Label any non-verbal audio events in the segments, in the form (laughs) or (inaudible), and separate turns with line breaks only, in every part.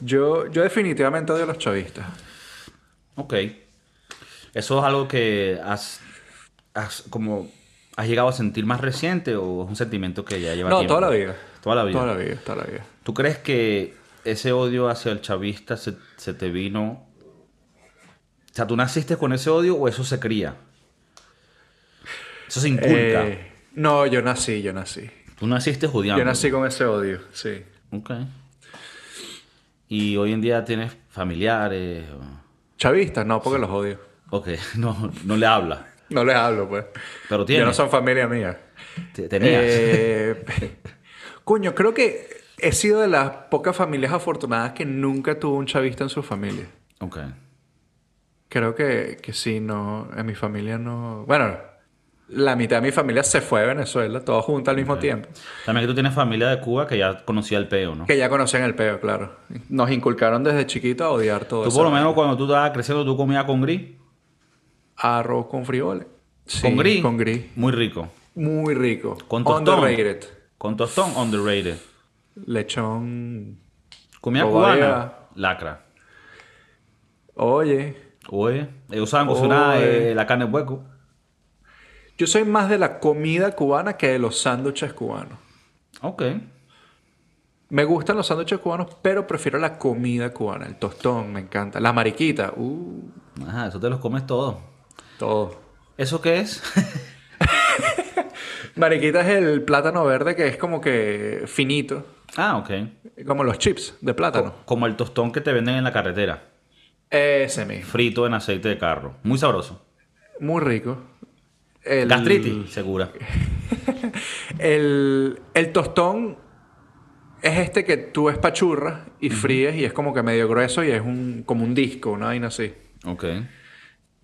Yo, yo definitivamente odio a los chavistas.
Ok. ¿Eso es algo que has, has como has llegado a sentir más reciente o es un sentimiento que ya lleva
no,
tiempo?
toda la vida.
Toda la vida.
Toda la vida, toda la vida.
¿Tú crees que ese odio hacia el chavista se, se te vino? O sea, ¿tú naciste con ese odio o eso se cría? Eso se inculca.
Eh, no, yo nací, yo nací.
Tú naciste odiando.
Yo nací con ese odio, sí.
Ok. Y hoy en día tienes familiares. o-
Chavistas, no, porque los odio.
Ok, (laughs) no, no le habla.
No les hablo, pues.
Pero
Ya no
tienes.
son familia mía.
te- Tenías.
Eh, (laughs) coño, creo que he sido de las pocas familias afortunadas que nunca tuvo un chavista en su familia.
Ok.
Creo que, que sí, no. En mi familia no. Bueno, la mitad de mi familia se fue a Venezuela, todos juntos al mismo tiempo.
También que tú tienes familia de Cuba que ya conocía el peo, ¿no?
Que ya conocían el peo, claro. Nos inculcaron desde chiquito a odiar todo
Tú
eso.
por lo menos cuando tú estabas creciendo tú comías con gris.
Arroz con frijoles. Sí,
con gris.
Con gris.
Muy rico.
Muy rico.
Con tostón.
Underrated.
Con tostón underrated.
Lechón.
Comida
Probadera.
cubana. Lacra.
Oye.
Oye, ellos saben cocinar
Oye.
eh, la carne en hueco.
Yo soy más de la comida cubana que de los sándwiches cubanos.
Ok.
Me gustan los sándwiches cubanos, pero prefiero la comida cubana. El tostón, me encanta. La mariquita. Uh,
Ajá, eso te los comes todos.
todo.
¿Eso qué es? (laughs)
Mariquita es el plátano verde que es como que finito.
ah, ok.
Como los chips de plátano.
Como el tostón que te venden en la carretera.
Ese mismo.
Frito en aceite de carro. Muy sabroso.
Muy rico. El,
Gastritis, segura.
El, el tostón es este que tú espachurras y fríes y es como que medio grueso y es un, como un disco, una vaina así.
Ok.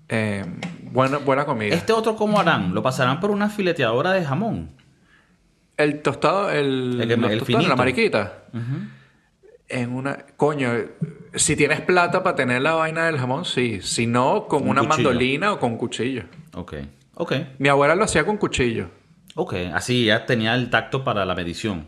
Eh, buena, buena comida.
Este otro, ¿cómo harán? Lo pasarán por una fileteadora de jamón.
El tostado, el,
El que-
los
el
tostones,
finito.
la mariquita. En una. Coño, si tienes plata para tener la vaina del jamón, sí. Si no, con
Un
una
cuchillo.
mandolina o con cuchillo.
Ok. Ok.
Mi abuela lo hacía con cuchillo.
Ok. Así ya tenía el tacto para la medición.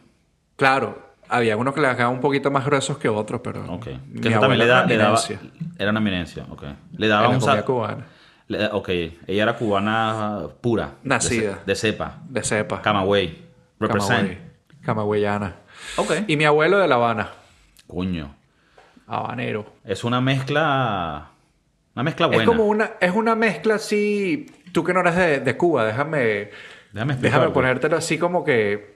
Claro, había unos que le dejaban un poquito más gruesos que otros, pero.
Ok. Que
mi
eso también
abuela
le, da-
era
le daba.
eminencia
Era una eminencia. Ok. Le
en
daba
la
un
comida
sa-
cubana.
le- Ok. Ella era cubana ah, pura. de
Nacida.
ce- De, cepa.
De cepa.
Camagüey. Represent.
Camagüey. Camagüeyana.
Ok.
Y mi abuelo de La Habana.
Coño.
Habanero.
Es una mezcla. Una mezcla buena.
Es como una, es una mezcla así. Tú que no eres de, de Cuba, déjame,
Déjame explicar,
déjame
güey.
ponértelo así como que.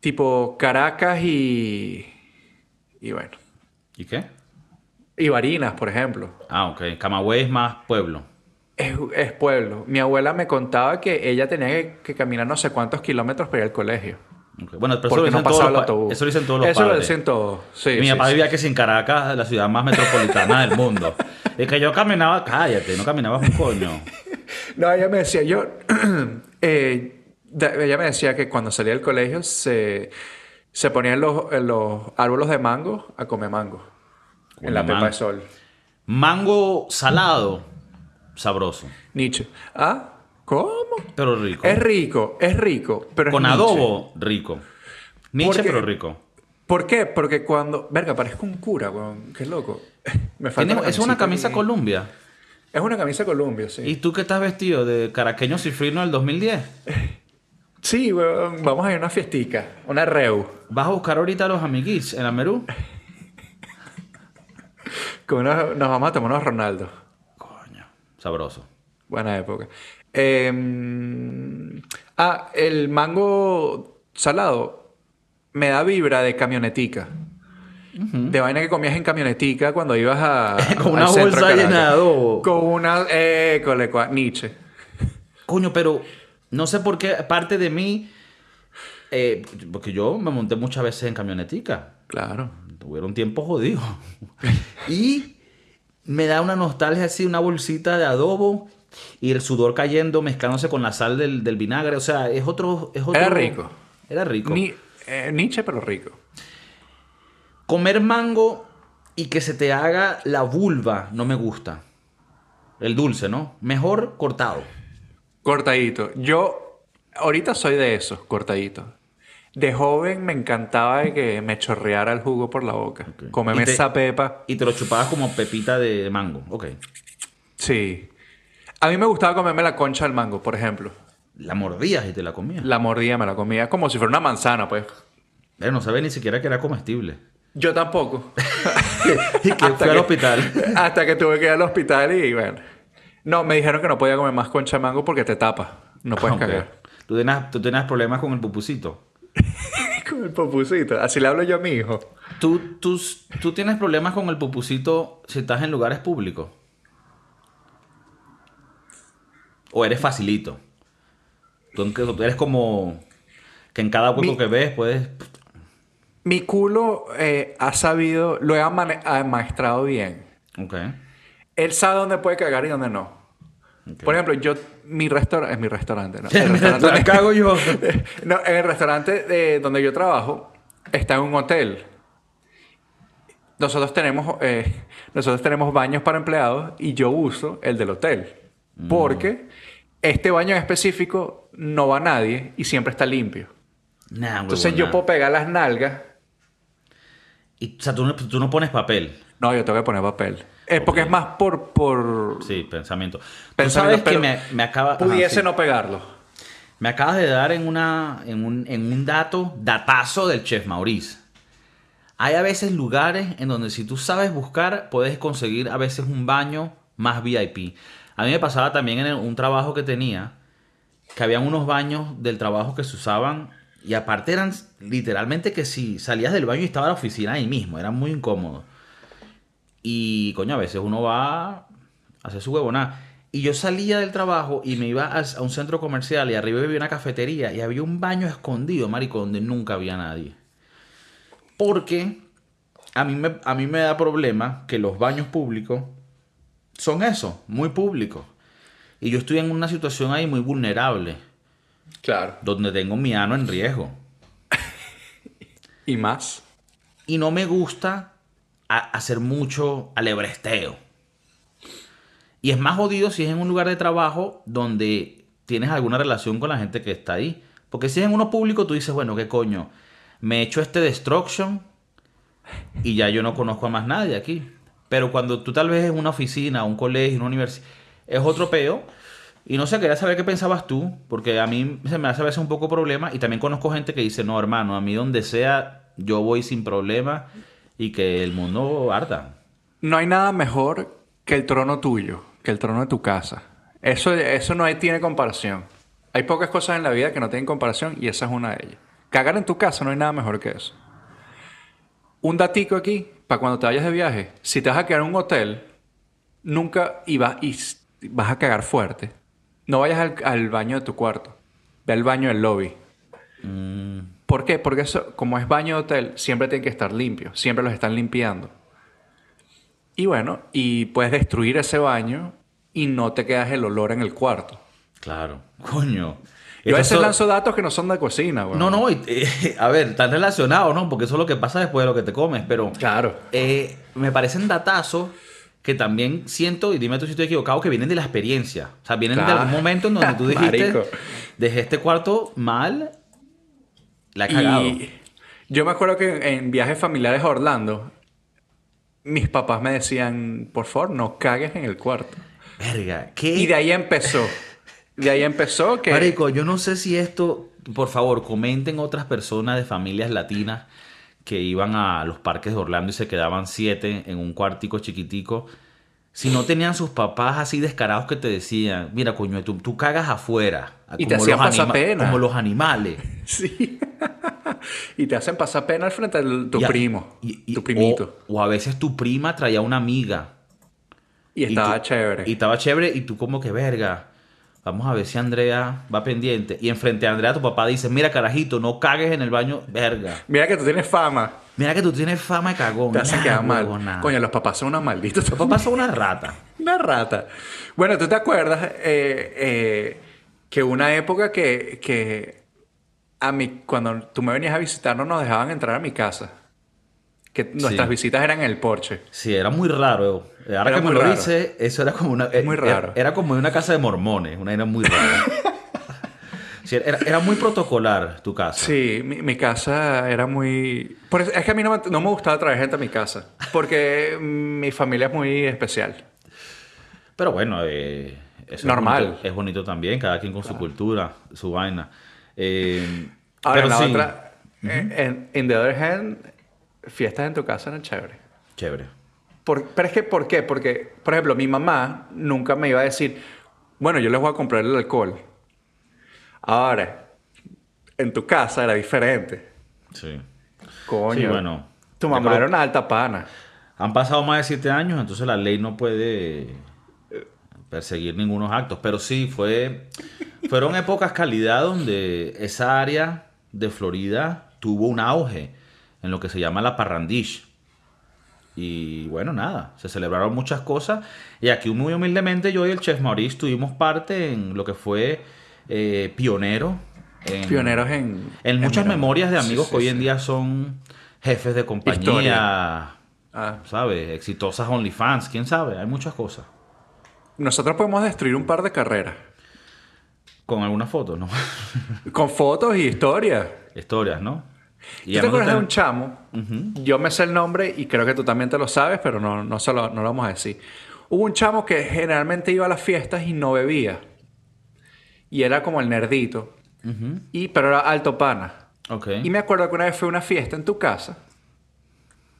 Tipo Caracas y. Y bueno.
¿Y qué?
Y Barinas, por ejemplo.
Ah, ok. Camagüey es más pueblo.
Es, es pueblo. Mi abuela me contaba que ella tenía que, que caminar no sé cuántos kilómetros para ir al colegio.
Ok. Bueno, pero eso lo,
Porque
dicen
no
todos
pasaba el
los, pa-
autobús.
eso lo dicen todos los
Eso
padres.
lo dicen todos. Sí,
Mi
sí,
papá
sí.
vivía que sin Caracas, la ciudad más metropolitana del mundo. Es que yo caminaba, cállate, no caminaba un coño.
No, ella me decía, yo, (clears throat) eh, da- ella me decía que cuando salía del colegio se, se ponían los, en los árboles de mango a comer mango.
Come
en la pepa
mango.
de sol.
Mango salado, sabroso,
Nietzsche. ¿Ah? ¿Cómo?
pero rico.
Es rico, es rico, pero es
Con
Nietzsche.
adobo, rico. Nietzsche,
Porque-
pero rico.
¿Por qué? Porque cuando... Verga, parezco un cura, weón. Qué loco. (laughs) Me falta
Tienes-
la
es
camisita
una camisa
aquí.
Columbia.
Es una camisa Columbia, sí.
¿Y tú qué estás vestido? ¿De caraqueño cifrino del 2010?
Sí, weón. Vamos a ir a una fiestica. Una reu.
¿Vas a buscar ahorita a los amiguis en la Merú?
Con una- nos vamos a tomar unos Ronaldos.
Coño, sabroso.
Buena época. Eh, ah, el mango salado me da vibra de camionetica. De vaina que comías en camionetica cuando ibas a.
(laughs) Con
al
una
centro
bolsa
Caracas.
llena de adobo.
Con una. École, cua- Nietzsche.
Coño, pero no sé por qué parte de mí... eh, porque yo me monté muchas veces en camionetica.
Claro.
tuvieron
(laughs)
tiempo jodido. y me da una nostalgia así, una bolsita de adobo y el sudor cayendo, mezclándose con la sal del, del vinagre. O sea, es otro, es otro.
Era rico.
Era rico.
Ni- eh, Nietzsche, pero rico.
Comer mango y que se te haga la vulva no me gusta. El dulce, ¿no? Mejor cortado.
Cortadito. Yo ahorita soy de esos, cortadito. De joven me encantaba de que me chorreara el jugo por la boca.
Ok.
Cómeme
Y te-
esa pepa.
Y te lo chupabas como pepita de mango. Ok.
Sí. A mí me gustaba comerme la concha del mango, por ejemplo.
La mordías y te la comías.
La mordía, me la comía como si fuera una manzana, pues.
Pero no sabía ni siquiera que era comestible.
(laughs) Yo
(laughs)
tampoco.
Y que
Hasta
fui al
que-
hospital.
(laughs) Hasta que tuve que ir al hospital y bueno. No, me dijeron que no podía comer más concha de mango porque te tapa. No puedes
Ok.
cagar. (laughs)
Tú tenías, tú tenías problemas con el pupusito.
Con el popucito. Así le hablo yo a mi hijo.
¿Tú, tú, tú tienes problemas con el pupusito si estás en lugares públicos? ¿O eres facilito? Tú en que- tú eres como que en cada hueco
Mi-
que ves puedes...
Mi culo eh, ha sabido, lo he amane- amaestrado bien.
Ok.
Él sabe dónde puede cagar y dónde no.
Ok. (laughs)
Por ejemplo, yo, mi restaurante, es mi restaurante, ¿no?
Me
El
la
restaurante,
cago yo.
(laughs) No, en el restaurante de donde yo trabajo está en un hotel. Nosotros tenemos, eh, nosotros tenemos baños para empleados y yo uso el del hotel.
Mm.
Porque este baño en específico no va nadie y siempre está limpio.
Nah,
Entonces yo
huevona.
puedo pegar las nalgas.
Y, o sea, tú no, tú no pones papel.
No, yo tengo que poner papel. Es porque
Ok.
es más por... por...
Sí, pensamiento. Tú
Pensamiento,
sabes
pero
que me, me acaba... ajá,
Pudiese
sí.
no pegarlo.
Me acabas de dar en, una, en, un, en un dato, datazo del chef Maurice. Hay a veces lugares en donde si tú sabes buscar, puedes conseguir a veces un baño más VIP. A mí me pasaba también en el- un trabajo que tenía, que habían unos baños del trabajo que se usaban y aparte eran literalmente que si salías del baño y estaba la oficina ahí mismo, era muy incómodo. Y coño, a veces uno va a hacer su huevonada. Y yo salía del trabajo y me iba a, a un centro comercial y arriba había una cafetería y había un baño escondido, marico, donde nunca había nadie. Porque a mí me, a mí me da problema que los baños públicos son eso, muy públicos. Y yo estoy en una situación ahí muy vulnerable,
Claro.
donde tengo mi ano en riesgo.
Y más.
y no me gusta a- hacer mucho alebresteo. Y es más jodido si es en un lugar de trabajo donde tienes alguna relación con la gente que está ahí. Porque si es en uno público, tú dices, bueno, ¿qué coño? Me he hecho este destruction y ya yo no conozco a más nadie aquí. Pero cuando tú tal vez en una oficina, un colegio, una universidad, es otro peo. Y no sé, quería saber qué pensabas tú, porque a mí se me hace a veces un poco problema. Y también conozco gente que dice, no, hermano, a mí donde sea, yo voy sin problema y que el mundo arda.
No hay nada mejor que el trono tuyo, que el trono de tu casa. Eso, eso no hay- tiene comparación. Hay pocas cosas en la vida que no tienen comparación y esa es una de ellas. Cagar en tu casa no hay nada mejor que eso. Un datico aquí, para cuando te vayas de viaje, si te vas a quedar en un hotel, nunca y vas, y s- vas a cagar fuerte. No vayas al, al baño de tu cuarto, ve al baño del lobby.
Mm,
¿Por qué? Porque eso, como es baño de hotel, siempre tiene que estar limpio, siempre los están limpiando. Y bueno, y puedes destruir ese baño y no te quedas el olor en el cuarto.
Claro, (laughs) coño.
Yo a veces
Entonces-
lanzo datos que no son de cocina, güey.
No, no, y- (laughs) eh, a ver, están relacionados, ¿no? Porque eso es lo que pasa después de lo que te comes, pero...
Claro.
Eh, me parecen datazos que también siento, y dime tú si estoy equivocado, que vienen de la experiencia. O sea, vienen de
Claro.
algún momento
(laughs)
en donde tú dijiste,
Marico.
dejé este cuarto mal, la he cagado.
Y yo me acuerdo que en, en viajes familiares a Orlando, mis papás me decían, por favor, no cagues en el cuarto.
Verga, ¿qué?
Y de ahí empezó. De ahí empezó que...
Marico, yo no sé si esto, por favor, comenten otras personas de familias latinas que iban a los parques de Orlando y se quedaban siete en un cuartico chiquitico. Si no tenían sus papás así descarados que te decían, mira, coño, tú, tú cagas afuera.
Y te hacían pasar
anima-
pena.
Como los animales.
(laughs) Sí. y te hacen pasar pena al frente de tu
Y a-
primo,
y- y-
tu primito.
O, o a veces tu prima traía una amiga.
y estaba
tú-
chévere.
Y estaba chévere y tú como que verga. Vamos a ver si Andrea va pendiente. Y enfrente a Andrea tu papá dice, mira carajito, no cagues en el baño, verga.
Mira que tú tienes fama.
Mira que tú tienes fama de cagón.
Te hace
Nah,
quedar mal.
huevona.
Coño, los papás son unos malditos. (laughs)
Tu papá son una rata.
Una rata. Bueno, ¿tú te acuerdas eh, eh, que una época que, que a mí, cuando tú me venías a visitar no nos dejaban entrar a mi casa? Que nuestras visitas eran en el porche.
Sí, era muy raro. eh. Ahora
Era
que me
muy
lo
raro.
dice, eso era como una. eh,
Muy
eh,
raro. (laughs)
Era como de una casa de mormones, una era muy rara. Sí, era, era muy protocolar tu casa.
Sí, mi, mi casa era muy... Por eso- es que a mí no me, no me gustaba traer gente a mi casa, porque mi familia es muy especial.
Pero bueno, eh, eso
Normal.
Es bonito, es bonito también, cada quien con su cultura, su vaina. Eh,
Ahora,
pero
la
sí,
otra, en, en- in the other hand, fiestas en tu casa eran chéveres.
Chévere.
Por- pero es que, ¿por qué? Porque, por ejemplo, mi mamá nunca me iba a decir, bueno, yo les voy a comprar el alcohol. Ahora, en tu casa era diferente.
Sí.
Coño.
Sí, bueno.
Tu
Yo
mamá
creo-
era una alta pana.
Han pasado más de siete años, entonces la ley no puede eh, perseguir ningunos actos. Pero sí, fue, fueron épocas calidad donde esa área de Florida tuvo un auge en lo que se llama la parrandish. Y bueno, nada, se celebraron muchas cosas. Y aquí muy humildemente yo y el chef Maurice tuvimos parte en lo que fue eh, pionero. en-
Pioneros en.
En muchas
Miramar.
memorias de
Sí,
amigos
sí,
que hoy en
sí.
día son jefes de compañía.
Historia. Ah,
¿sabes? Exitosas OnlyFans, quién sabe, hay muchas cosas.
nosotros podemos destruir un par de carreras.
Con algunas fotos, ¿no? (laughs)
Con fotos y historias.
Historias, ¿no?
¿Tú
Y
te
además
acuerdas de un
ten-
chamo? Yo me sé el nombre y creo que tú también te lo sabes, pero no, no, se lo, no lo vamos a decir. Hubo un chamo que generalmente iba a las fiestas y no bebía. Y era como el nerdito. y, pero era alto pana.
Ok.
Y me acuerdo que una vez fue a una fiesta en tu casa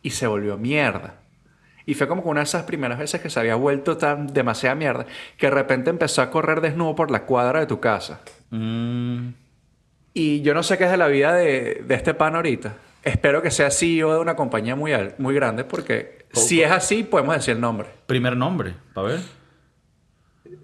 y se volvió mierda. Y fue como que una de esas primeras veces que se había vuelto tan demasiada mierda que de repente empezó a correr desnudo por la cuadra de tu casa.
Mm,
Y yo no sé qué es de la vida de, de este pan ahorita. Espero que sea CEO de una compañía muy, al- muy grande porque si es así podemos decir el nombre.
primer nombre, para ver.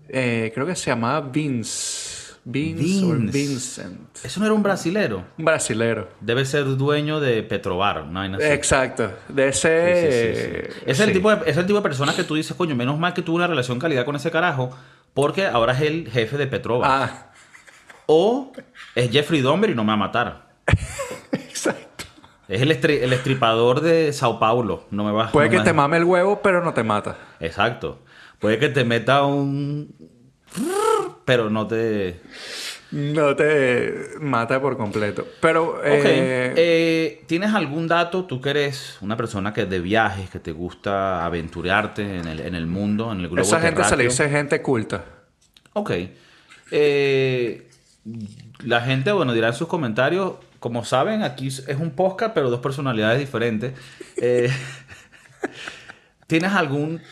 Eh, creo que se llamaba Vince. Vince, o
Vince.
Vincent.
Eso no era un brasilero.
Un brasilero.
Debe ser dueño de Petrobar, una vaina así.
Exacto. De ese...
Ah, Sí, sí, sí, sí. Es, el
eh, sí.
tipo de, es el tipo de persona que tú dices, coño, menos mal que tuve una relación calidad con ese carajo, porque ahora es el jefe de Petrobar.
Ah,
O es Jeffrey Dahmer y no me va a matar.
exacto.
Es el, estri- el estripador de Sao Paulo, no me va
Puede
no
que
me-
te mame el huevo, pero no te mata.
Exacto. Puede que te meta un... Pero no te...
No te mata por completo. Pero...
Ok.
eh,
Eh, ¿Tienes algún dato? Tú que eres una persona que de viajes, que te gusta aventurarte en el, en el mundo, en el globo
esa gente se le
terráqueo.
dice gente culta.
Ok. Eh, la gente, bueno, dirá en sus comentarios, como saben, aquí es es un podcast, pero dos personalidades diferentes. Eh, (laughs) ¿Tienes algún,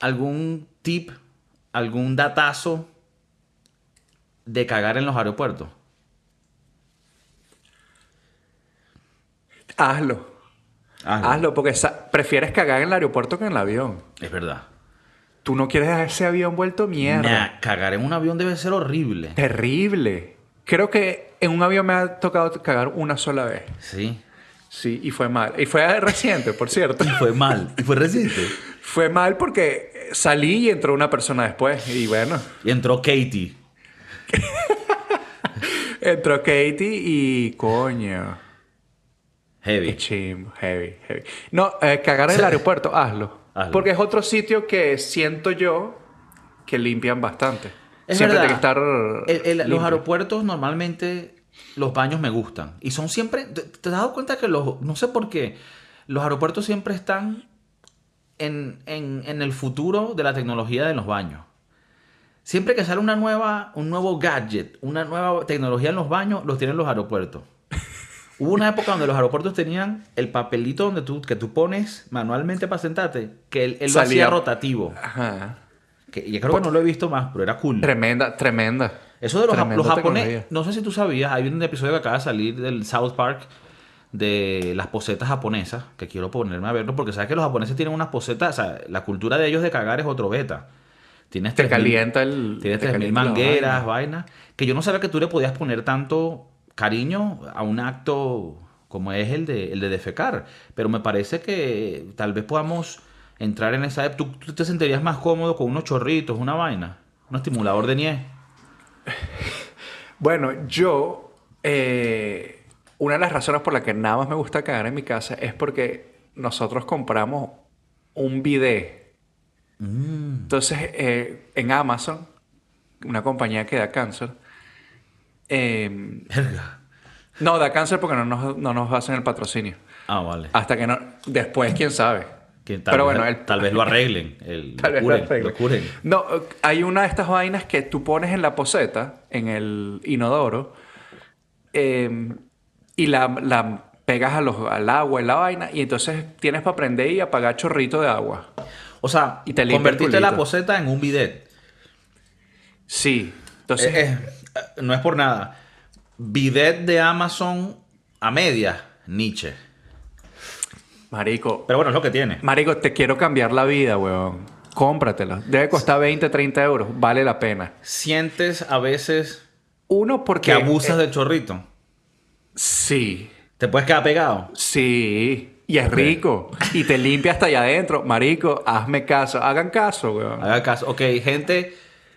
algún tip, algún datazo de cagar en los aeropuertos?
Hazlo.
Ah,
Hazlo, porque sa- prefieres cagar en el aeropuerto que en el avión.
Es verdad.
Tú no quieres dejar ese avión vuelto mierda.
Nah, cagar en un avión debe ser horrible.
Terrible. Creo que en un avión me ha tocado cagar una sola vez.
Sí.
Sí, y fue mal. Y fue (laughs) reciente, por cierto. (laughs)
Y fue mal. Y fue reciente.
fue mal porque salí y entró una persona después. Y bueno,
Y entró Katie.
entró Katie y coño. Qué
Heavy.
chimbo, heavy, heavy. No, eh, cagar en el aeropuerto, hazlo.
Hazlo.
Porque es otro sitio que siento yo que limpian bastante.
Es
Siempre tiene
verdad.
que estar.
El- el- los
limpio.
aeropuertos normalmente los baños me gustan. Y son siempre. ¿Te, te has dado cuenta que los. No sé por qué. Los aeropuertos siempre están en, en- en el futuro de la tecnología de los baños. Siempre que sale una nueva, un nuevo gadget, una nueva tecnología en los baños, los tienen
(laughs)
los aeropuertos. Hubo una época donde los aeropuertos tenían el papelito donde tú, que tú pones manualmente para sentarte, que él, él lo
Salía.
hacía rotativo.
Ajá.
Que, yo creo que no lo he visto más, pero era cool.
Tremenda, tremenda.
Eso de los,
Tremenda
los japoneses,
tecnología.
no sé si tú sabías, hay un episodio que acaba de salir del South Park de las posetas japonesas, que quiero ponerme a verlo, porque sabes que los japoneses tienen unas posetas, o sea, la cultura de ellos de cagar es otro beta. Tienes
Te
3.000
calienta el.
Tienes
te
3.000
calienta la vaina.
mangueras, vainas, que yo no sabía que tú le podías poner tanto cariño a un acto como es el de, el de defecar, pero me parece que tal vez podamos entrar en esa... ¿Tú, tú te sentirías más cómodo con unos chorritos, una vaina, un estimulador
(laughs)
de nieve?
Bueno, yo. eh, una de las razones por las que nada más me gusta cagar en mi casa es porque nosotros compramos un bidet.
Mm.
Entonces, eh, en Amazon, una compañía que da cáncer, eh,
Verga.
no, da cáncer porque no nos, no nos hacen el patrocinio.
Ah, vale.
Hasta que no. Después, quién sabe.
Que tal
Pero
vez-
bueno, el-
tal vez
(laughs)
lo arreglen. el-
Tal
lo
vez
curen,
la arregle.
lo curen.
No, eh, hay una de estas vainas que tú pones en la poseta, en el inodoro, eh, y la, la pegas a los, al agua y la vaina, y entonces tienes para prender y apagar chorrito de agua.
O sea,
Y te limpia el
convertiste la
culito.
poseta en un bidet.
Sí. Entonces,
Eh, eh, eh, no es por nada. Bidet de Amazon a medias, Nietzsche.
marico,
Pero bueno, es lo que tiene.
marico, te quiero cambiar la vida, weón. Cómpratelo. Debe costar 20, 30 euros. Vale la pena.
Sientes a veces
Uno, porque... eh,
que abusas del chorrito.
Sí.
Te puedes quedar pegado.
Sí, y es rico. Y te limpia hasta allá adentro. Marico, hazme caso. Hagan caso, weón.
Haga caso. Ok, gente,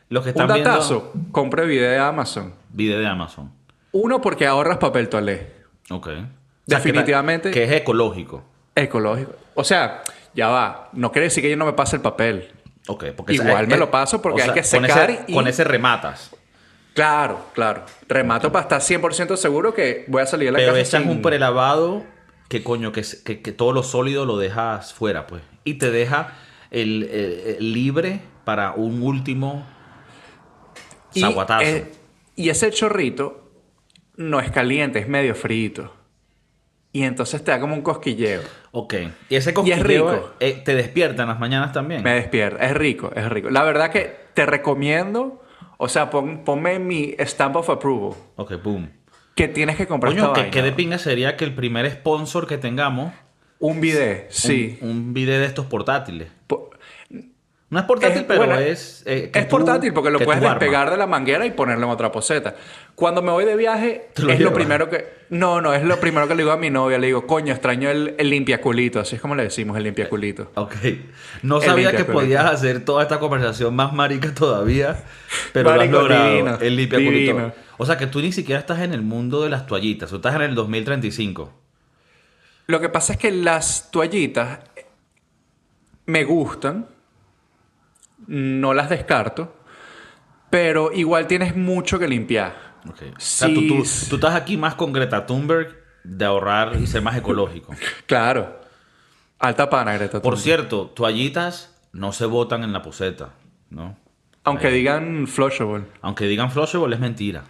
los que
Un
están viendo
datazo. Compre video de Amazon.
bidet de Amazon.
Uno, porque ahorras papel toalé.
Ok. O sea,
Definitivamente.
Que, que es ecológico.
Ecológico. O sea, ya va. No quiere decir que yo no me pase el papel.
Ok, porque
Igual
eh,
me
eh,
lo paso porque hay que
con ese-
secar y-
Con ese rematas.
Claro, claro. Remato para estar 100% seguro que voy a salir de la
Pero
casa
echas
sin-
un prelavado que coño, que, se- que, que todo lo sólido lo dejas fuera, pues. Y te deja el, el- el libre para un último
Y,
zaguatazo.
eh, y ese chorrito no es caliente, es medio frito. Y entonces te da como un cosquilleo.
ok. Y
y
ese
es
cosquilleo
rico.
eh, te despierta en las mañanas también.
Me despierta. Es rico, es rico. La verdad que te recomiendo, o sea, pon- ponme mi stamp of approval.
Ok, boom.
Que tienes que comprar
Coño,
esta
que,
vaina.
que de pinga sería que el primer sponsor que tengamos
Un video, sí.
un, un video de estos portátiles.
Po-
No es portátil,
Es-
pero
bueno,
es. eh, que
Es
tú-
portátil porque lo
que
puedes
tú armas.
despegar de la manguera y ponerlo en otra poseta. Cuando me voy de viaje,
Te lo
es
llevas.
lo primero que. No, no, es lo primero que le digo a mi novia. Le digo, coño, extraño el, el limpiaculito. Así es como le decimos, el limpiaculito.
Ok. No
El
sabía que
limpiaculitos.
podías hacer toda esta conversación más marica todavía, pero lo has
Marico,
logrado.
divino,
el limpiaculito.
divino.
O sea que tú ni siquiera estás en el mundo de las toallitas, tú estás en el 2035.
Lo que pasa es que las toallitas eh, me gustan, no las descarto, pero igual tienes mucho que limpiar.
Ok. O sea, tú,
Sí,
tú-
sí.
tú estás aquí más con Greta Thunberg de ahorrar y ser más
(laughs)
ecológico.
Claro. Alta pana, Greta.
Por
Thunberg.
cierto, toallitas no se botan en la poseta, ¿no?
Aunque
Ahí.
digan flushable.
Aunque digan flushable es mentira.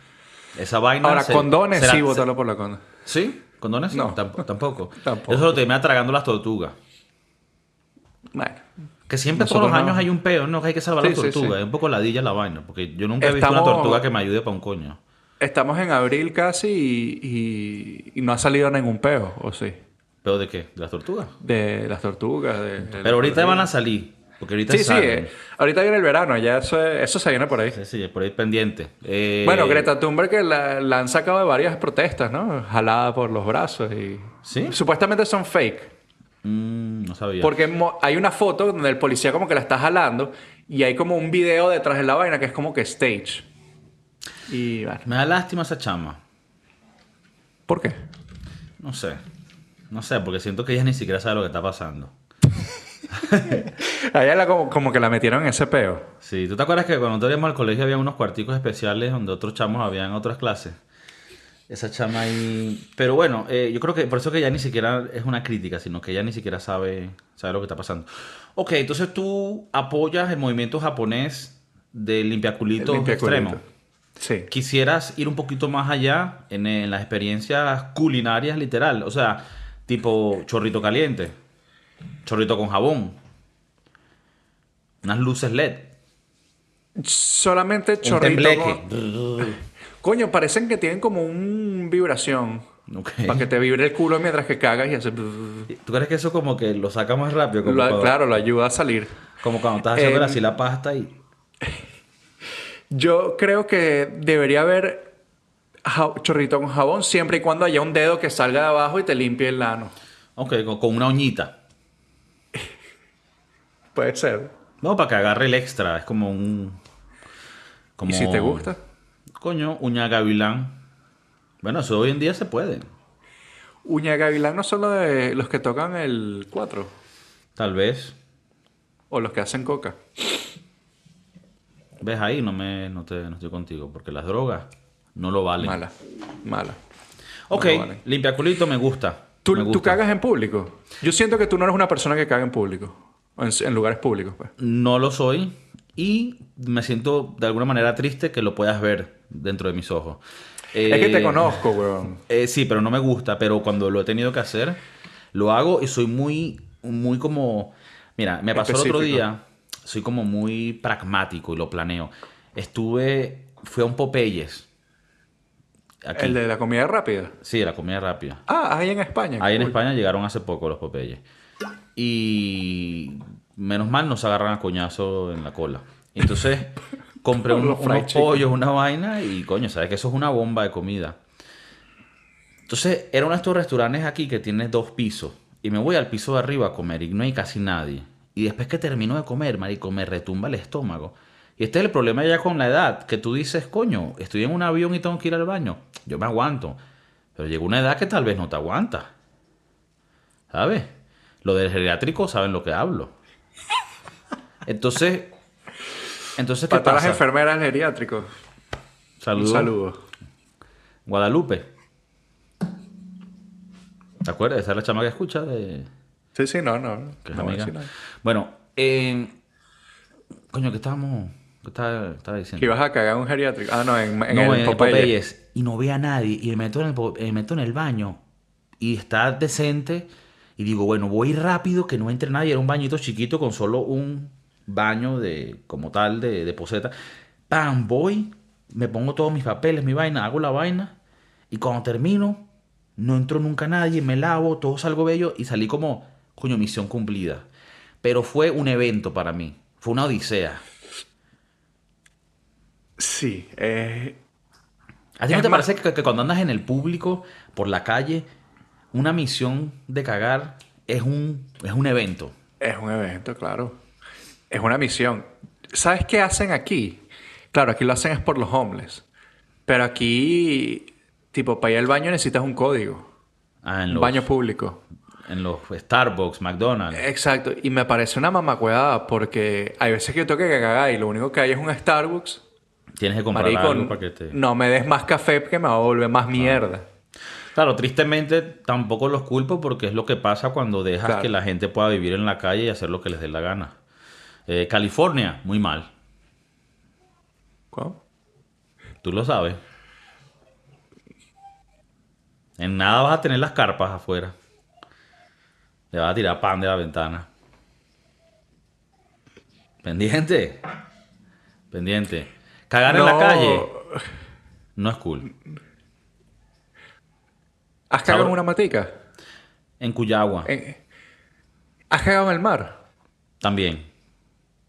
Esa vaina
Ahora,
se-
condones,
será-
sí, bótalo por la conda.
¿Sí? ¿Condones?
No.
Tamp- tampoco.
(laughs) Tampoco.
Eso lo termina tragando las tortugas.
Bueno.
Que siempre
Nosotros
todos los
no.
años hay un peo, ¿no? Que hay que salvar
Sí,
las
sí,
tortugas.
sí.
Es un poco ladilla la vaina. Porque yo nunca he visto
Estamos-
una tortuga que me ayude para un coño.
Estamos en abril casi y, y- y no ha salido ningún peo, ¿o sí?
¿Peo de qué? ¿De las tortugas?
De las tortugas. de- de-
Pero ahorita van a salir. Porque ahorita
Sí, sí.
salen.
eh, Ahorita viene el verano, ya eso, eso se viene por ahí.
Sí, sí, por ahí pendiente. Eh,
Bueno, Greta Thunberg que la, la han sacado de varias protestas, ¿no? Jalada por los brazos y...
¿Sí?
Supuestamente son fake.
mm, no sabía.
Porque mo- hay una foto donde el policía como que la está jalando y hay como un video detrás de la vaina que es como que stage. Y bueno.
Me da lástima esa chama.
¿Por qué?
No sé. No sé, porque siento que ella ni siquiera sabe lo que está pasando.
Allá la, como, como que la metieron en ese peo.
Sí, ¿tú te acuerdas que cuando nosotros íbamos al colegio había unos cuarticos especiales donde otros chamos habían otras clases? Esa chama ahí... Pero bueno, eh, yo creo que por eso que ella ni siquiera es una crítica, sino que ella ni siquiera sabe, sabe lo que está pasando. Ok, entonces tú apoyas el movimiento japonés del limpiaculito
Limpia
extremo.
culito. Sí.
Quisieras ir un poquito más allá en, eh, en las experiencias culinarias literal, o sea, tipo chorrito caliente, chorrito con jabón, unas luces LED.
Solamente
Un
chorrito.
tembleque.
con- Coño, parecen que tienen como un vibración.
(laughs) Ok.
Para que te vibre el culo mientras que cagas y hace...
¿Tú crees que eso como que lo saca más rápido? Como,
Lo-
cuando,
claro, lo ayuda a salir.
como cuando estás haciendo
Em,
así la pasta y...
Yo creo que debería haber ja- chorrito con jabón siempre y cuando haya un dedo que salga de abajo y te limpie el ano.
Ok, con, con una uñita.
Puede ser.
No, para que agarre el extra. Es como un... como-
¿Y si te gusta?
Coño, uña gavilán. Bueno, eso hoy en día se puede.
Uña de gavilán no solo de los que tocan el 4
Tal vez.
o los que hacen coca.
¿Ves ahí? No me no, te, no estoy contigo. Porque las drogas... No lo valen.
Mala. Mala.
Ok,
No lo valen.
limpia culito me gusta.
¿Tú,
me
tú
gusta.
cagas en público? Yo siento que tú no eres una persona que caga en público. En, en lugares públicos, pues.
No lo soy y me siento de alguna manera triste que lo puedas ver dentro de mis ojos.
Es que te
Eh,
conozco, weón.
Eh, sí, pero no me gusta, pero cuando lo he tenido que hacer, lo hago y soy muy, muy como... Mira, me pasó el otro
Específico.
día, soy como muy pragmático y lo planeo. Estuve, fui a un Popeyes. Aquí.
El de la comida rápida.
Sí, la comida rápida.
Ah, ahí en España.
Ahí en
Cool.
España llegaron hace poco los Popeyes. Y menos mal nos agarran a coñazo en la cola. Entonces
(laughs)
compré
Por
un-
los fried
unos
chicken.
pollos, una vaina y coño, sabes que eso es una bomba de comida. Entonces era uno de estos restaurantes aquí que tiene dos pisos. Y me voy al piso de arriba a comer y no hay casi nadie. Y después que termino de comer, marico, me retumba el estómago. Y este es el problema ya con la edad, que tú dices, coño, estoy en un avión y tengo que ir al baño. Yo me aguanto. Pero llega una edad que tal vez no te aguanta. ¿Sabes? Lo del geriátrico saben lo que hablo. Entonces, entonces ¿qué
Para todas las
pasa?
enfermeras geriátricos. Un
Saludos.
saludo.
Guadalupe. ¿Te acuerdas? Esa es la chama que escucha de...
Sí, sí, no, no. no.
que es
No voy a
amiga.
decir nada.
Bueno, eh, coño, ¿qué estábamos? ¿Qué estaba, estaba
Que
diciendo?
ibas a cagar en un geriátrico. Ah, no, en, en
no,
el
en el
Popeye.
Popeyes. Y no ve a nadie. Y me meto, en el, po- me meto en el baño. Y está decente. Y digo, bueno, voy rápido que no entre nadie. Era un bañito chiquito con solo un baño de como tal de, de poseta. Pam, voy. Me pongo todos mis papeles, mi vaina. Hago la vaina. Y cuando termino, no entró nunca nadie. Me lavo, todo salgo bello. Y salí como, coño, misión cumplida. Pero fue un evento para mí. Fue una odisea.
Sí. eh,
¿A ti no
Es
te
más-
parece que, que cuando andas en el público, por la calle, una misión de cagar es un, es un evento?
es un evento, claro. Es una misión. ¿Sabes qué hacen aquí? Claro, aquí lo hacen es por los homeless. Pero aquí, tipo, para ir al baño necesitas un código.
Ah, en
Un
los,
baño público.
en los Starbucks, McDonald's.
Exacto, y me parece una mamacueada porque hay veces que yo tengo que cagar y lo único que hay es un Starbucks.
Tienes que comprar
Marico,
algo para que te... Ah.
no me des más café que me va a volver más mierda.
Claro, tristemente tampoco los culpo porque es lo que pasa cuando dejas
Claro.
que la gente pueda vivir en la calle y hacer lo que les dé la gana. Eh, California, muy mal.
¿Cómo?
Tú lo sabes. En nada vas a tener las carpas afuera. Le vas a tirar pan de la ventana. Pendiente. Pendiente. Cagar en
No.
la calle no es cool.
¿Has cagado en
Sabor-
una matica?
En Cuyagua
¿En- ¿Has cagado en el mar?
también.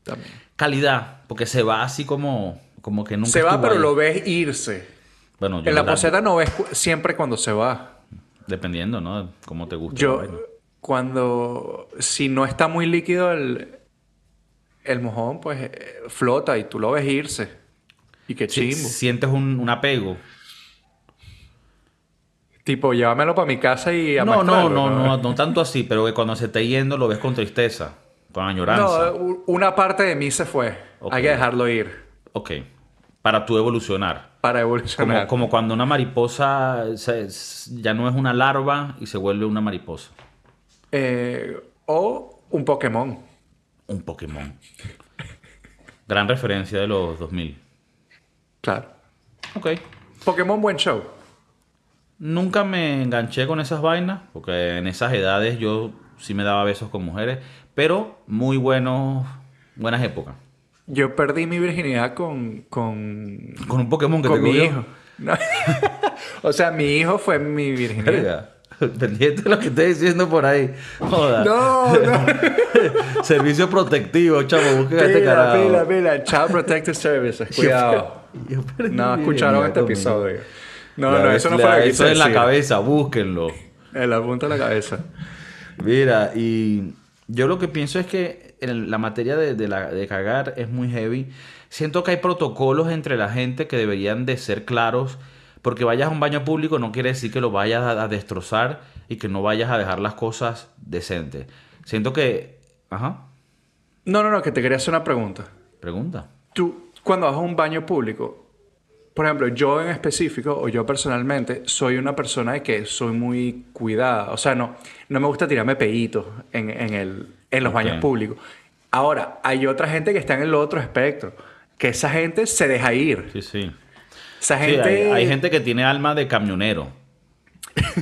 También.
Calidad, porque se va así como, como que nunca.
Se va,
estuvo
pero
ahí.
lo ves irse.
Bueno, yo
En la
verdad,
poseta no ves cu- siempre cuando se va.
Dependiendo, ¿no? De Cómo te gusta. la
Yo,
vaina.
cuando, si no está muy líquido el, el mojón, pues eh, flota y tú lo ves irse. Y qué
Si-
chimbo.
Sientes un- un apego.
Tipo, llévamelo para mi casa y
No, no,
amaestrarlo,
no, no, no tanto así, pero que cuando se esté yendo lo ves con tristeza, con añoranza.
No, eh. u- una parte de mí se fue.
Ok.
Hay que dejarlo ir
Ok, para tú evolucionar.
para
Como,
evolucionar.
como cuando una mariposa se- s- ya no es una larva y se vuelve una mariposa.
Eh, o un Pokémon.
Un Pokémon. Gran referencia de los 2000.
Claro.
Ok.
Pokémon buen show.
Nunca me enganché con esas vainas, porque en esas edades yo sí me daba besos con mujeres, pero muy buenos, buenas épocas.
Yo perdí mi virginidad con, con,
Con un Pokémon que
con
te
mi
cogió.
hijo. No. (laughs) o sea, mi hijo fue mi virginidad.
Verga. (laughs) Pendiente de lo que esté diciendo por ahí. Joda. (laughs)
No, no.
Servicio protectivo, chavo. Busquen a este
Pila,
carajo. (laughs)
pila, pila. Child Protective Services. Cuidado.
Yo perdí
No
mi
escucharon
virginidad
este
conmigo.
episodio. No,
La
no,
vez-
eso no
la-
fue lo que
Eso
quise
en la
decir.
cabeza, búsquenlo.
En la punta de la cabeza.
Mira, y yo lo que pienso es que en la materia de, de la- de cagar es muy heavy. Siento que hay protocolos entre la gente que deberían de ser claros. Porque vayas a un baño público no quiere decir que lo vayas a, a destrozar y que no vayas a dejar las cosas decentes. Siento que... Ajá,
No, no, no, que te quería hacer una pregunta.
pregunta.
Tú, cuando vas a un baño público, por ejemplo, yo en específico, o yo personalmente, soy una persona de que soy muy cuidada. O sea, no, no me gusta tirarme peitos en, en el, en los
Ok.
baños públicos. Ahora, hay otra gente que está en el otro espectro. Que esa gente se deja ir.
Sí, sí.
Esa
Sí,
gente...
hay, hay gente que tiene alma de camionero.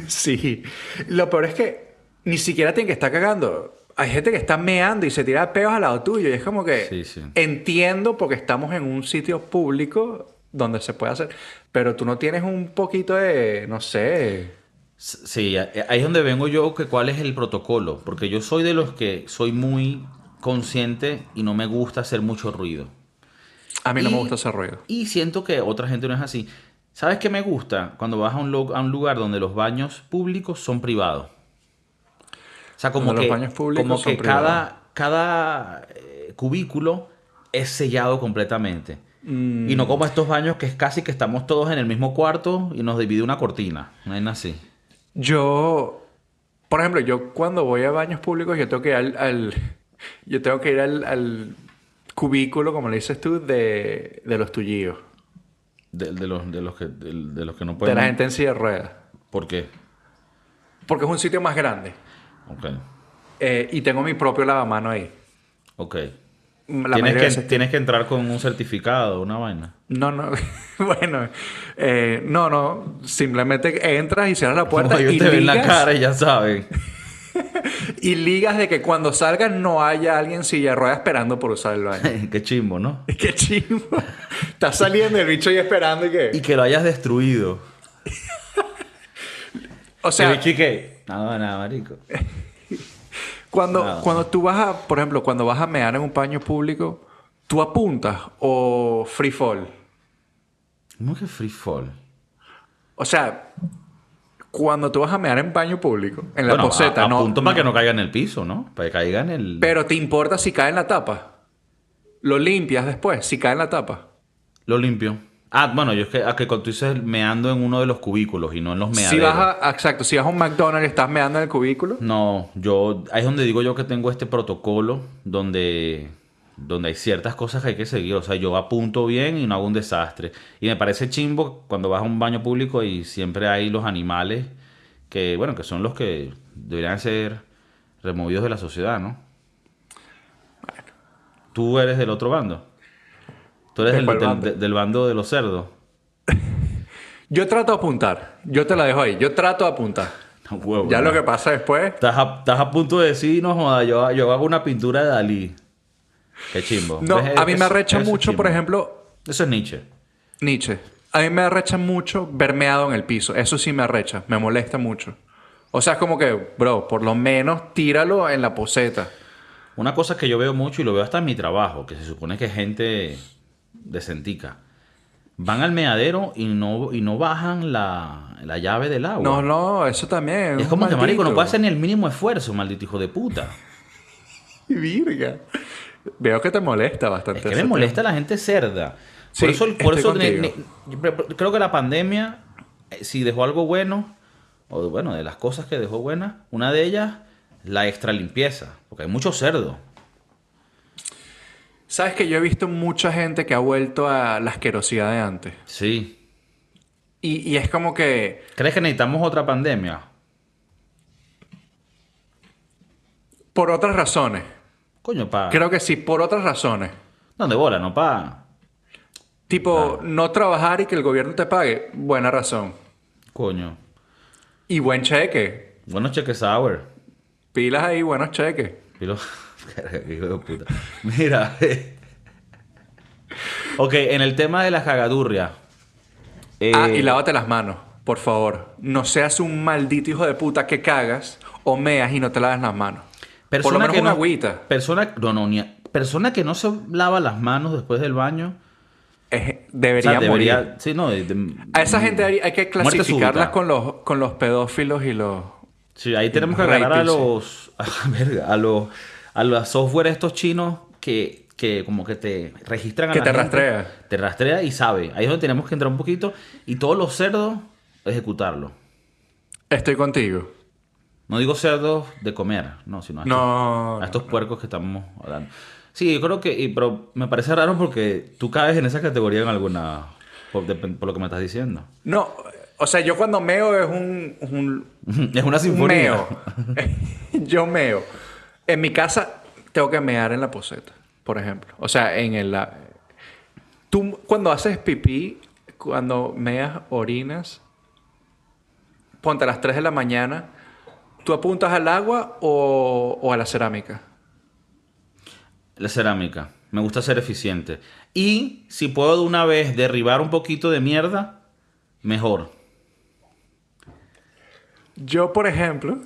Sí. Lo peor es que ni siquiera tienen que estar cagando. Hay gente que está meando y se tira peos al lado tuyo. Y es como que
Sí, sí.
entiendo porque estamos en un sitio público donde se puede hacer. Pero tú no tienes un poquito de, no sé.
S- Sí, a- eh, ahí es donde vengo yo que cuál es el protocolo, porque yo soy de los que soy muy consciente y no me gusta hacer mucho ruido.
A mí no me
Y-
gusta ese ruido.
Y siento que otra gente no es así. ¿Sabes qué me gusta? Cuando vas a un, lo- a un lugar donde los baños públicos son privados. O sea, como
Donde
que,
los baños públicos
como
son
que cada, cada eh, cubículo es sellado completamente.
Mm.
Y no como estos baños que es casi que estamos todos en el mismo cuarto y nos divide una cortina. No es así.
Yo, por ejemplo, yo cuando voy a baños públicos, yo tengo que ir al, al- yo tengo que ir al, al cubículo, como le dices tú, de, de los tuyos.
De, de los, de, los que, de, de los que no
De
pueden.
la gente en silla de ruedas.
¿Por qué?
Porque es un sitio más grande.
Ok.
Eh, y tengo mi propio lavamano ahí.
Ok.
La mayoría
Tienes
de
que,
veces-
tienes que entrar con un certificado, una
(laughs)
vaina.
No, no. bueno, eh, no, no. Simplemente entras y cierras la puerta
Como (laughs) ellos
y,
te ven la
ligas-
cara y ya saben. (laughs)
y ligas de que cuando salgas no haya alguien en silla de ruedas esperando por usar el
(laughs)
baño.
Qué chimbo, ¿no?
Qué chingo. Estás saliendo y el bicho ahí esperando y que.
Y que lo hayas destruido.
O sea,
que... Nada, nada, marico.
Cuando,
Nada.
cuando tú vas a, por ejemplo, cuando vas a mear en un paño público, ¿tú apuntas o free fall?
¿Cómo que free fall?
O sea, cuando tú vas a mear en paño público, en la
Bueno,
poseta,
a-
no.
apunto para que no caiga en el piso, ¿no? Para que caiga en el...
Pero te importa si cae en la tapa. Lo limpias después, si cae en la tapa.
Lo limpio. Ah, bueno, yo es que, a que cuando tú dices meando en uno de los cubículos y no en los meaderos.
Si vas a, exacto, si vas a un McDonald's y estás meando en el cubículo,
No, yo... Ahí es donde digo yo que tengo este protocolo donde... Donde hay ciertas cosas que hay que seguir. O sea, yo apunto bien y no hago un desastre. Y me parece chimbo cuando vas a un baño público y siempre hay los animales que, bueno, que son los que deberían ser removidos de la sociedad, ¿no? Tú eres del otro bando. Tú eres
¿De
del,
cuál
del-
bando?
de- del bando de los cerdos. (laughs)
yo trato de apuntar. Yo te la dejo ahí. Yo trato de apuntar.
No, huevo,
ya lo
no.
que pasa después.
Estás a, estás a punto de decir, no joda, yo, yo hago una pintura de Dalí. Qué chimbo.
No,
¿Ves?
a mí me
Eso-
arrecha
eso es
mucho, por
chimbo.
ejemplo,
Eso es Nietzsche.
Nietzsche. A mí me arrecha mucho vermeado en el piso. Eso sí me arrecha. Me molesta mucho. O sea, es como que, bro, por lo menos tíralo en la poseta.
Una cosa que yo veo mucho y lo veo hasta en mi trabajo, que se supone que es gente decentica. Van al meadero y no, y no bajan la, la llave del agua.
No, no, eso también.
Oh, es como
un
que, marico, no
maldito.
puede hacer ni el mínimo esfuerzo, maldito hijo de puta.
(laughs) Virga. Veo que te molesta bastante.
Es que
ese
me
tema.
molesta la gente cerda.
eh, Sí,
por eso, por
estoy
eso ne-
contigo.
ne- yo pre- pre- creo que la pandemia, eh, si dejó algo bueno, o bueno, de las cosas que dejó buenas, una de ellas, la extra limpieza. Porque hay mucho cerdo.
Sabes que yo he visto mucha gente que ha vuelto a la asquerosidad de antes.
Sí.
Y, y es como que.
¿Crees que necesitamos otra pandemia?
Por otras razones.
Coño, pa.
Creo que sí, por otras razones.
¿Dónde bola, no, pa?
Tipo,
Ah.
no trabajar y que el gobierno te pague. Buena razón.
Coño.
Y buen cheque.
Buenos cheques hour.
Pilas ahí, buenos cheques.
Pilo- (laughs) Verga, qué hijo de puta. Mira. ok, en el tema de las cagadurrias.
Ah,
eh,
y lávate las manos, por favor. No seas un maldito hijo de puta que cagas o meas y no te lavas las manos. por lo menos
que
una
no-
agüita.
Persona, no, no, ni a- persona que no se lava las manos después del baño.
Es-
o sea,
debería,
debería-
morir.
sí, no, de- de-
A esa gente hay, hay que
Muerte súbita.
clasificarlas con los, con los pedófilos y los...
Sí, ahí tenemos que agarrar a
Rapist, sí.
los. A, verga, a los. A los software estos chinos que, que como que te registran a
Que
la
te
gente,
rastrea.
Te rastrea y sabe. Ahí es donde tenemos que entrar un poquito. Y todos los cerdos, ejecutarlo.
Estoy contigo.
No digo cerdos de comer, no, sino a estos-
No,
a
no,
estos puercos que estamos hablando. Sí, yo creo que, y- pero me parece raro porque tú caes en esa categoría en alguna Por, de- por lo que me estás diciendo. (laughs)
No, o sea, yo cuando meo es un, un-
Es una
un
sinfonía.
meo. (laughs) yo meo. En mi casa tengo que mear en la poseta, por ejemplo. O sea, en el... la- Tú cuando haces pipí, cuando meas, orinas, ponte a las 3 de la mañana, ¿tú apuntas al agua o, o a la cerámica?
La cerámica. Me gusta ser eficiente. Y si puedo de una vez derribar un poquito de mierda, mejor.
Yo, por ejemplo,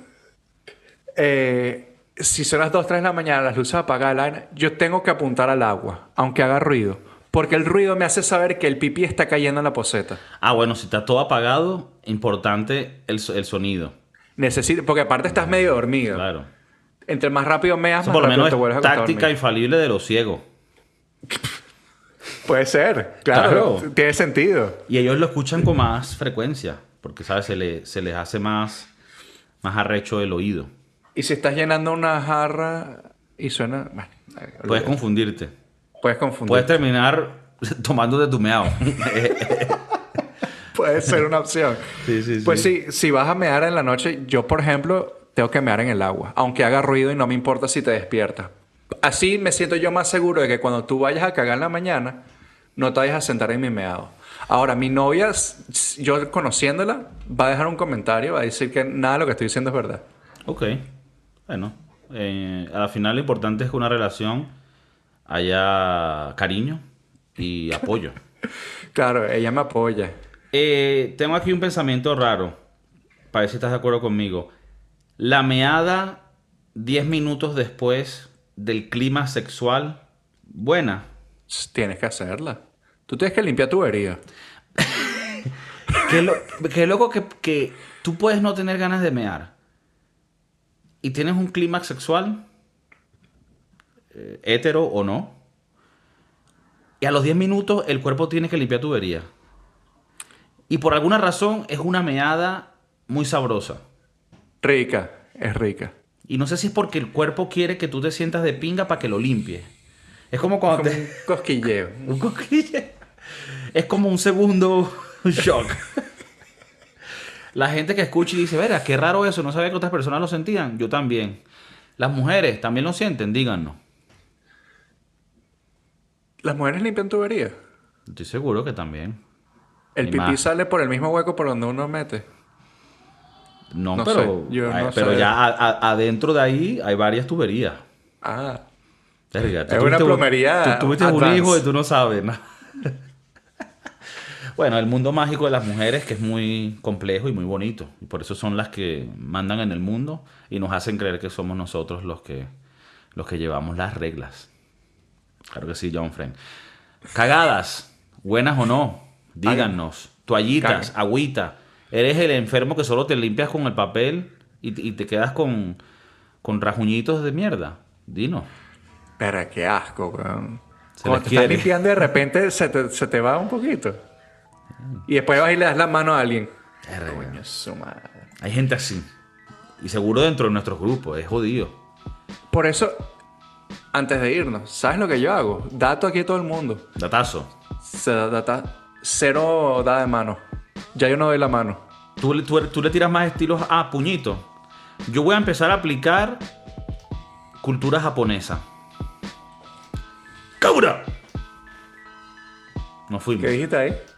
eh, si son las 2, 3 de la mañana, las luces apagadas, la vaina, yo tengo que apuntar al agua, aunque haga ruido. Porque el ruido me hace saber que el pipí está cayendo en la poseta.
Ah, bueno, si está todo apagado, importante el, so- el sonido.
Necesito, porque aparte estás medio dormido.
Claro.
Entre más rápido meas,
Eso
más
por lo
rápido
menos
te vuelves a
es
acostar a
táctica
dormir.
infalible de los ciegos.
Puede ser, claro,
Claro.
Tiene sentido.
Y ellos lo escuchan con más frecuencia, porque, ¿sabes? Se, le- se les hace más, más arrecho el oído.
Y si estás llenando una jarra y suena... bueno,
Puedes confundirte.
puedes confundir.
Puedes terminar (laughs) tomándote tu meado.
Puede ser una opción.
(laughs) Sí, sí, sí.
Pues sí, si vas a mear en la noche, yo por ejemplo tengo que mear en el agua, aunque haga ruido y no me importa si te despiertas. Así me siento yo más seguro de que cuando tú vayas a cagar en la mañana, no te vayas a sentar en mi meado. Ahora, mi novia, s- s- yo conociéndola, va a dejar un comentario, va a decir que nada de lo que estoy diciendo es verdad.
ok. Bueno. eh, al final lo importante es que una relación haya cariño y apoyo.
Claro, ella me apoya.
Eh, tengo aquí un pensamiento raro. Para ver si estás de acuerdo conmigo. La meada 10 minutos después del clima sexual. Buena.
S- Tienes que hacerla. Tú tienes que limpiar tu herida.
Qué, lo- qué loco que, que tú puedes no tener ganas de mear. Y tienes un clímax sexual, eh, hétero o no. Y a los 10 minutos el cuerpo tiene que limpiar tubería. Y por alguna razón es una meada muy sabrosa.
Rica, es rica.
Y no sé si es porque el cuerpo quiere que tú te sientas de pinga para que lo limpie. Es como
Es
cuando
como
te-
un cosquilleo.
un cosquille. Es como un segundo shock. La gente que escucha y dice, verá, qué raro eso, no sabía que otras personas lo sentían. Yo también. Las mujeres también lo sienten, díganos.
¿Las mujeres limpian tu herida?
Estoy seguro que también.
El
Ni
pipí
más.
sale por el mismo hueco por donde uno mete.
No,
No
pero,
sé, yo
ay,
no
pero
sé.
ya a- a- adentro de ahí hay varias tuberías.
Ah.
Verga, tú
Es una
tuviste un-
plomería
Tú tuviste un
advanced.
hijo y tú no sabes. ¿no? (laughs) bueno, el mundo mágico de las mujeres que es muy complejo y muy bonito. Y por eso son las que mandan en el mundo y nos hacen creer que somos nosotros los que, los que llevamos las reglas. Claro que sí, John Frank. Cagadas, buenas o no, díganos. Toallitas,
Caga.
agüita. Eres el enfermo que solo te limpias con el papel y, y te quedas con, con rajuñitos de mierda. Dinos.
Pero qué asco, weón. Cuando
Se les
te estás
quiere.
limpiando
(laughs)
de repente se te, se te va un poquito. Y después vas y le das la mano a alguien. Coño, su madre.
Hay gente así. Y seguro dentro de nuestros grupos, es jodido.
Por eso, antes de irnos, ¿sabes lo que yo hago? Dato aquí a todo el mundo.
Datazo.
Se da, data- cero da de mano. Ya yo no doy la mano.
Tú, le- tú- tú le tiras más estilos a puñito. Yo voy a empezar a aplicar cultura japonesa. ¡Kaura! Nos fuimos.
¿Qué dijiste ahí?